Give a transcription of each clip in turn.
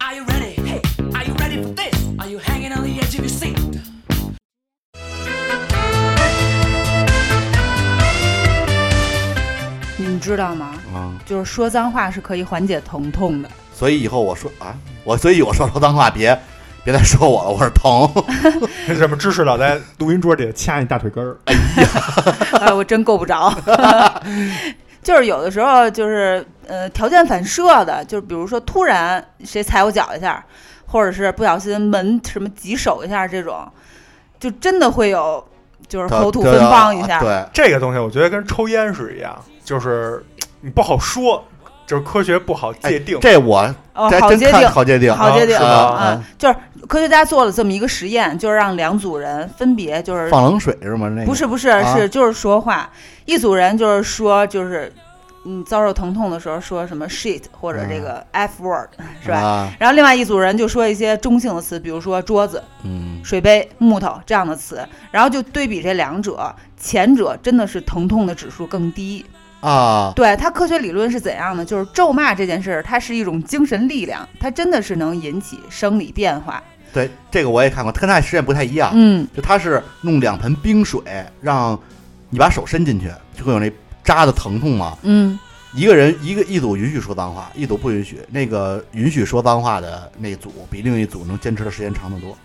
Are you ready? Hey, are you ready for this? Are you hanging on the edge of your seat? 你们知道吗？啊，就是说脏话是可以缓解疼痛的。 所以以后我说啊，我所以我说说脏话，别别再说我了，我是 疼。 什么知识老在录音桌底下掐你大腿根儿？哎，我真够不着。 就是有的时候就是呃条件反射的，就是比如说突然谁踩我脚一下，或者是不小心门什么挤手一下这种，就真的会有就是口吐芬芳一下。啊对，这个东西我觉得跟抽烟是一样，就是你不好说，就是科学不好界定。这我哦，这好真界定看，好界定，好界定是吧？嗯，就是科学家做了这么一个实验，就是让两组人分别就是放冷水是吗？那个不是不是、啊是就是说话，一组人就是说就是你遭受疼痛的时候说什么 shit 或者这个嗯 f word 是吧？吧？然后另外一组人就说一些中性的词，比如说桌子、嗯，水杯、木头这样的词，然后就对比这两者，前者真的是疼痛的指数更低。啊，对它科学理论是怎样的？就是咒骂这件事儿，它是一种精神力量，它真的是能引起生理变化。对，这个我也看过，它跟那实验不太一样，嗯，就它是弄两盆冰水，让你把手伸进去，就会有那扎的疼痛嘛。嗯，一个人一个一组允许说脏话，一组不允许。那个允许说脏话的那组比另一组能坚持的时间长得多。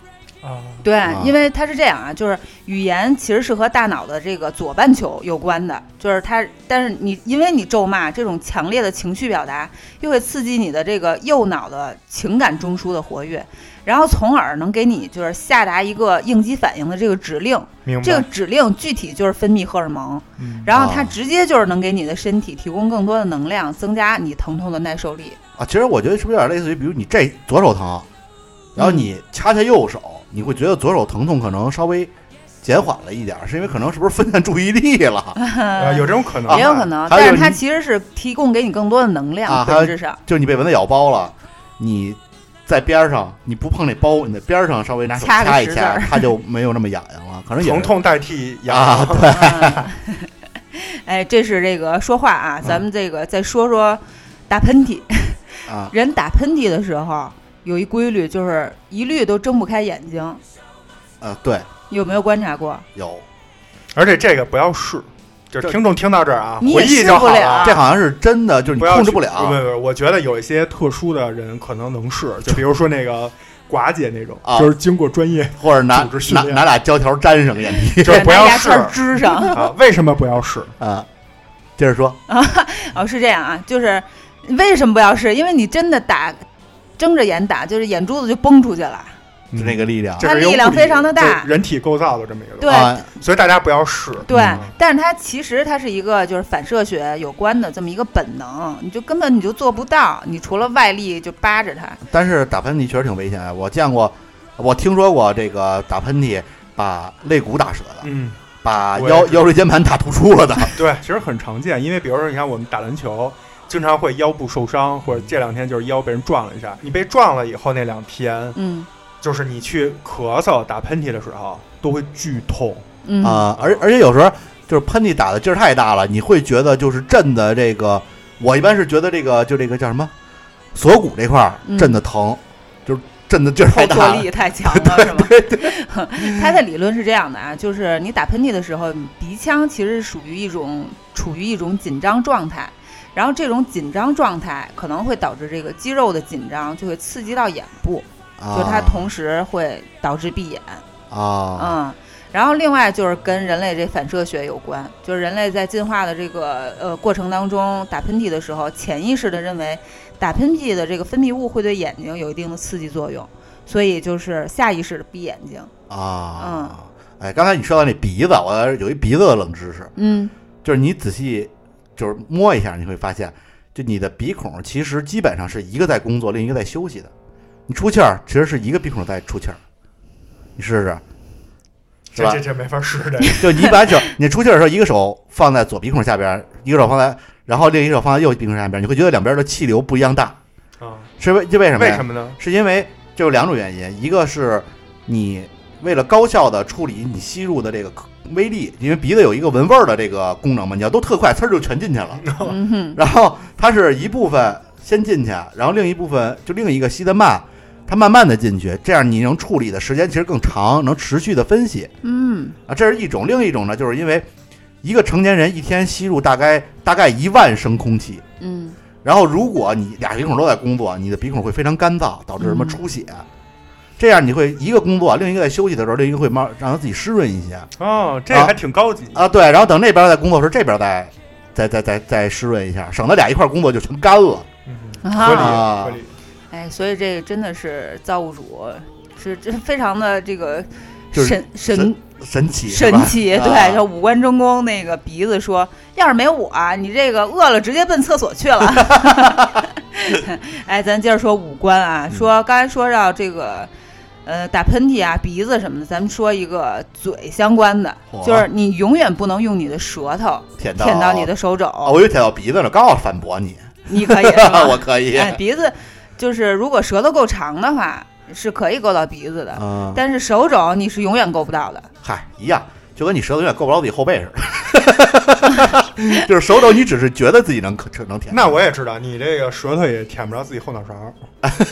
啊，对，啊因为它是这样啊，就是语言其实是和大脑的这个左半球有关的，就是它，但是你因为你咒骂这种强烈的情绪表达，又会刺激你的这个右脑的情感中枢的活跃，然后从而能给你就是下达一个应激反应的这个指令，明白。这个指令具体就是分泌荷尔蒙，嗯然后它哦直接就是能给你的身体提供更多的能量，增加你疼痛的耐受力。啊，其实我觉得是不是有点类似于，比如你这左手疼，然后你掐掐右手，你会觉得左手疼痛可能稍微减缓了一点儿，是因为可能是不是分散注意力了啊，有这种可能，呃也有可能，还有但是它你其实是提供给你更多的能量，啊还有本质上。就是你被蚊子咬包了，你在边儿上你不碰那包，你在边儿上稍微拿手掐个掐一十字下儿，它就没有那么痒痒了，可能也疼是痛代替啊牙。，对， 哎，这是这个说话啊，咱们这个再说说打喷嚏。啊，人打喷嚏的时候有一规律，就是一律都睁不开眼睛，呃，对，有没有观察过？有，而且这个不要试，就是这听众听到这儿啊，你也回忆就好试不了这好像是真的，就是你不要控制去不不了不不，我觉得有一些特殊的人可能能试，就比如说那个寡姐那种，啊就是经过专业，或者拿组织训拿练拿俩胶条粘上眼 皮 就是不拿要牙试签儿支上。 啊。为什么不要试？啊，接着说，哦，是这样啊，就是为什么不要试？因为你真的打，睁着眼打，就是眼珠子就崩出去了。嗯就那个力量这它是一个力量物理非常地大就人体构造的这么一个东对啊，西，所以大家不要试。对，嗯但是它其实它是一个就是反射学有关的这么一个本能，你就根本你就做不到，你除了外力就扒着它。但是打喷嚏确实挺危险的，我见过，我听说过这个打喷嚏把肋骨打折的，嗯，把我也腰知腰椎间盘打突出了的。对，其实很常见，因为比如说你看我们打篮球，经常会腰部受伤，或者这两天就是腰被人撞了一下。你被撞了以后那两天，嗯就是你去咳嗽、打喷嚏的时候都会剧痛。嗯啊、而而且有时候就是喷嚏打的劲儿太大了，你会觉得就是震的这个，我一般是觉得这个就这个叫什么锁骨这块儿嗯震的疼，就是震的劲儿太后大坐了。力 太强了，是吗？ 他的理论是这样的啊，就是你打喷嚏的时候，你鼻腔其实属于一种处于一种紧张状态，然后这种紧张状态可能会导致这个肌肉的紧张，就会刺激到眼部，啊、就它同时会导致闭眼，啊，嗯。然后另外就是跟人类这反射学有关，就是人类在进化的这个呃过程当中，打喷嚏的时候，潜意识的认为打喷嚏的这个分泌物会对眼睛有一定的刺激作用，所以就是下意识的闭眼睛。嗯啊，哎，刚才你说到那鼻子，我有一鼻子的冷知识，嗯，就是你仔细就是摸一下，你会发现，就就你的鼻孔其实基本上是一个在工作，另一个在休息嗯的。你出气儿其实是一个鼻孔在出气儿，你试试，是这吧这？这没法试 的。就你把手，你出气儿的时候，一个手放在左鼻孔下边儿，一个手放在，然后另一个手放在右鼻孔下边儿，你会觉得两边的气流不一样大，啊，是为这为什么为呀？什么呢？是因为这有两种原因，一个是你为了高效的处理你吸入的这个微粒，因为鼻子有一个闻味儿的这个功能嘛，你要都特快，呲儿就全进去了。嗯哼，然后它是一部分先进去，然后另一部分就另一个吸的慢，它慢慢的进去，这样你能处理的时间其实更长，能持续的分析嗯，啊，这是一种。另一种呢，就是因为一个成年人一天吸入大概大概一万升空气，嗯，然后如果你俩鼻孔都在工作，你的鼻孔会非常干燥，导致什么嗯出血。这样你会一个工作，另一个在休息的时候，另一个会慢让它自己湿润一些哦，这个还挺高级。啊。对，然后等那边在工作的时候，这边再再再再再湿润一下，省得俩一块工作就全干了。嗯合理啊，啊合理。哎，所以这真的是造物主是这非常的这个就是神神神神奇，是神吧奇，啊对，就五官争功那个鼻子说，要是没我，啊你这个饿了直接奔厕所去了。 哎，咱接着说五官啊，嗯说刚才说到这个。呃，打喷嚏啊，鼻子什么的，咱们说一个嘴相关的，嚯就是你永远不能用你的舌头舔到舔到你的手肘，啊，我又舔到鼻子了，刚好反驳你，你可以，是吧 我可以。哎，鼻子就是如果舌头够长的话，是可以够到鼻子的，嗯，但是手肘你是永远够不到的。嗨，一样，就跟你舌头有点够不着自己后背似的， 就是手肘你只是觉得自己能能舔，那我也知道，你这个舌头也舔不着自己后脑勺。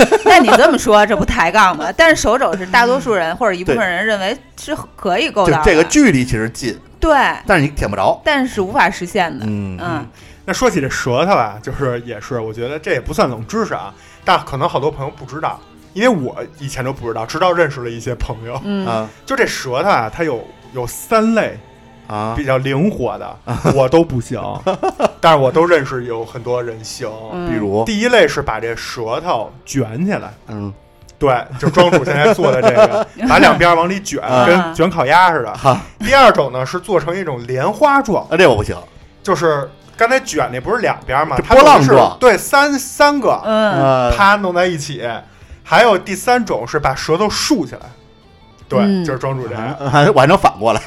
那你这么说，这不抬杠 吗？但是手肘是大多数人或者一部分人认为是可以够就到的，这个距离其实近，对，但是你舔不着。但是无法实现的。嗯嗯那说起这舌头啊，就是也是，我觉得这也不算冷知识啊，但可能好多朋友不知道，因为我以前都不知道，直到认识了一些朋友，嗯啊就这舌头啊，它有有三类啊比较灵活的，我都不行，但是我都认识有很多人行。嗯，比如，第一类是把这舌头卷起来，嗯，对，就庄主现在做的这个，把两边往里卷，啊跟卷烤鸭似的。哈，第二种呢是做成一种莲花状，啊，这我不行，就是刚才卷那不是两边嘛，这它波浪等于是状对，三三个，嗯，呃，啪弄在一起。还有第三种是把舌头竖起来，对，嗯就是庄主这样，啊还我还能反过来，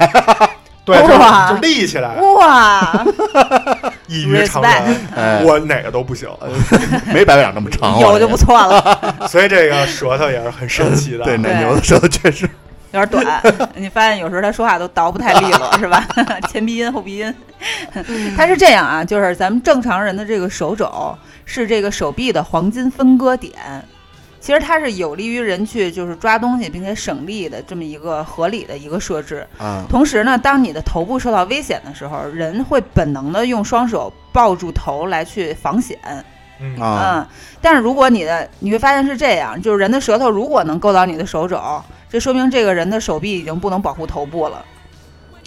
对，就是哇就立起来， 哇，异于常人。哎，我哪个都不行，没白白长那么长，我有这就不错了，所以这个舌头也是很神奇的。 对，对奶牛的舌头确实，有点 短。你发现有时候他说话都倒不太利 落，是吧？前鼻音后鼻音，他是这样啊，就是咱们正常人的这个手肘是这个手臂的黄金分割点。其实它是有利于人去就是抓东西并且省力的这么一个合理的一个设置，嗯同时呢，当你的头部受到危险的时候，人会本能的用双手抱住头来去防险。嗯，啊，嗯，但是如果你的你会发现是这样，就是人的舌头如果能够到你的手肘，这说明这个人的手臂已经不能保护头部了，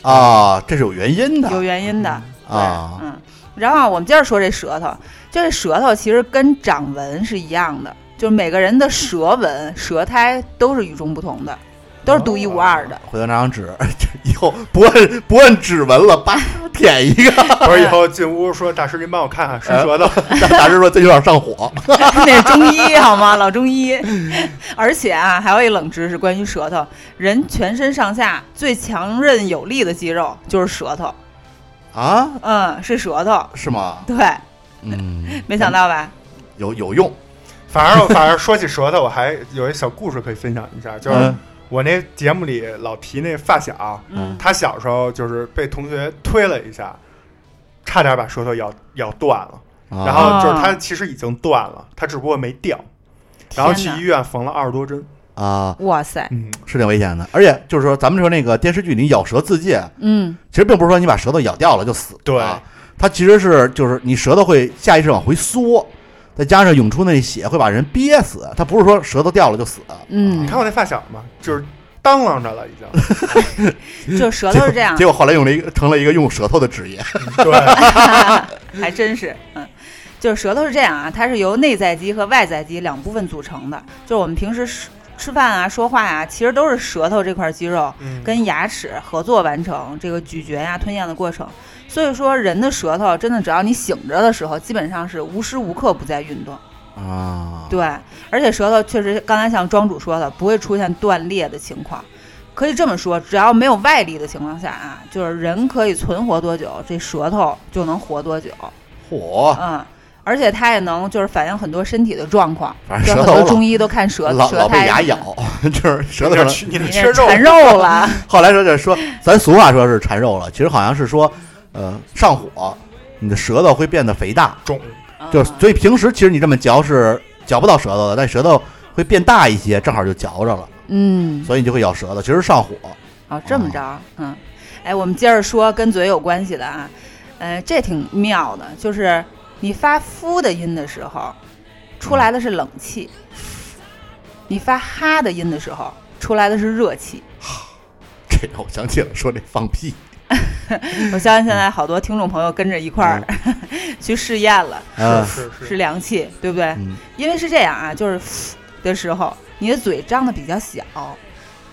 啊，这是有原因嗯有的原因的。对啊，嗯。然后我们接着说这舌头，就这舌头其实跟掌纹是一样的，就是每个人的舌纹、舌苔都是与众不同的，都是独一无二的。回头拿张纸，以后不按不按指纹了， 叭舔一个，不是以后进屋说大师您帮我看看哎伸舌头，大师说这有点上火， 那是中医好吗？老中医。而且啊，还有一冷知识关于舌头，人全身上下最强韧有力的肌肉就是舌头，啊，嗯，是舌头。是吗？对，嗯，没想到吧？ 有有用，反正反正说起舌头，我还有一小故事可以分享一下，就是嗯我那节目里老提那发小，嗯他小时候就是被同学推了一下，差点把舌头咬咬断了。啊然后就是他其实已经断了，他只不过没掉，然后去医院缝了二十多针。啊哇塞，嗯，是挺危险的，而且就是说咱们说那个电视剧里咬舌自尽，嗯其实并不是说你把舌头咬掉了就死，对啊，它其实是就是你舌头会下意识往回缩，再加上涌出那血会把人憋死，它不是说舌头掉了就死，啊你嗯，看我那发小嘛，就是当啷着了已 经。就舌嗯头是这样结，果后来用了一个成了一个用舌头的职业，对，还真是，嗯。就是舌头是这样啊，它是由内在肌和外在肌两部分组成的。就是我们平时是吃饭啊、说话啊，其实都是舌头这块肌肉嗯，跟牙齿合作完成这个咀嚼呀、吞咽的过程。所以说，人的舌头真的，只要你醒着的时候，基本上是无时无刻不在运动。啊，对，而且舌头确实，刚才像庄主说的，不会出现断裂的情况。可以这么说，只要没有外力的情况下啊，就是人可以存活多久，这舌头就能活多久。啊嚯，嗯，而且它也能就是反映很多身体的状况。反正就舌很头多老中医都看舌老舌老被苔牙什么的咬， 就是舌头有上点吃你 得你那吃肉，缠肉了，后来说这说，咱俗话说是缠肉了，其实好像是说，呃，上火，你的舌头会变得肥大，肿， 啊嗯就是所以平时其实你这么嚼是嚼不到舌头的，但舌头会变大一些，正好就嚼着了，嗯，所以你就会咬舌头，其实是上火。哦，这么着，嗯，哎，我们接着说跟嘴有关系的啊，呃，这挺妙的，就是你发“夫”的音的时候，出来的是冷气；你发“哈”的音的时候，出来的是热气。这让我想起了说这放屁，我相信现在好多听众朋友跟着一块儿、 去试验了，嗯是是 是凉气，对不对？嗯因为是这样啊，就是嘶的时候，你的嘴张的比较小，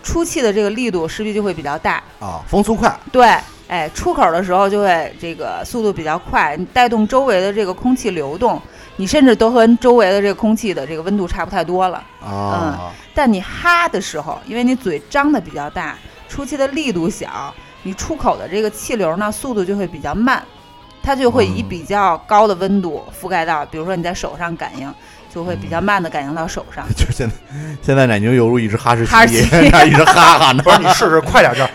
出气的这个力度势必就会比较大。啊，风速快，对，哎，出口的时候就会这个速度比较快，你带动周围的这个空气流动，你甚至都和周围的这个空气的这个温度差不太多了。啊，但你哈的时候，因为你嘴张的比较大，出气的力度小，你出口的这个气流呢速度就会比较慢，它就会以嗯比较高的温度覆盖到，比如说你在手上感应，就会比较慢的感应到手上。就是现在现在奶牛犹如一只哈士哈士奇那一直哈哈 呢不，是你试试，快点这儿。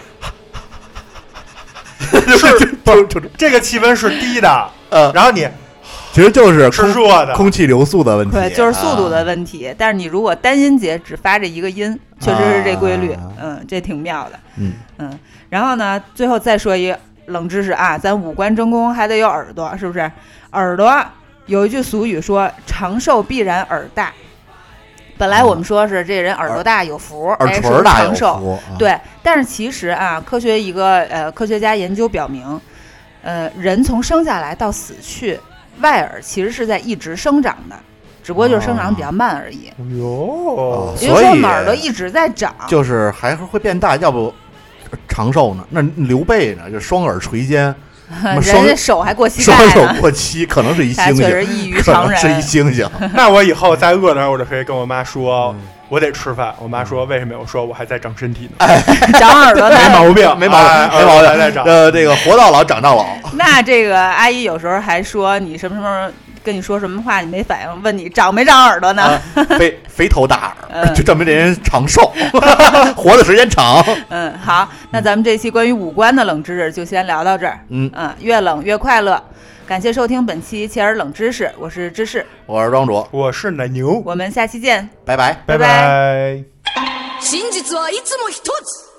是就就是这个气温是低的，呃，然后你其实就是是空热的，空气流速的问题啊对，，就是速度的题。问题。但是你如果单音节只发这一个音，确实是这规律，啊嗯，这挺妙的。嗯，嗯，然后呢，最后再说一冷知识啊，咱五官争功还得有耳朵，是不是？耳朵有一句俗语说“长寿必然耳大”，本来我们说是这人耳朵大有福，嗯耳哎垂儿大是有长寿，福，啊，对。但是其实啊，科学一个呃科学家研究表明，呃，人从生下来到死去，外耳其实是在一直生长的，只不过就是生长比较慢而已。哎哟哦，也就是说，所我以们耳朵一直在长，就是还会变大，要不呃长寿呢？那刘备呢？就双耳垂肩， 人双家手还过膝双盖手呢，过膝，可能是一他猩确猩，实异于可常能人。是 一猩猩。那我以后再饿点儿，我就可以跟我妈说嗯，我得吃饭。我妈说为什么？我说我还在长身体呢，哎长耳朵没的，毛病，没毛哎病，没毛耳朵还病。在长。呃，这个活到老，长到老。那这个阿姨有时候还说你什么什么跟你说什么话你没反应，问你长没长耳朵呢？啊肥肥头大耳，嗯就证明这人长 寿，活的时间长。嗯，好，那咱们这期关于五官的冷知识就先聊到这儿。嗯，嗯，越冷越快乐。感谢收听本期《切尔冷知识》，我是芝士，我是庄主，我是奶牛，我们下期见。拜拜。拜拜拜。真実はいつも一つ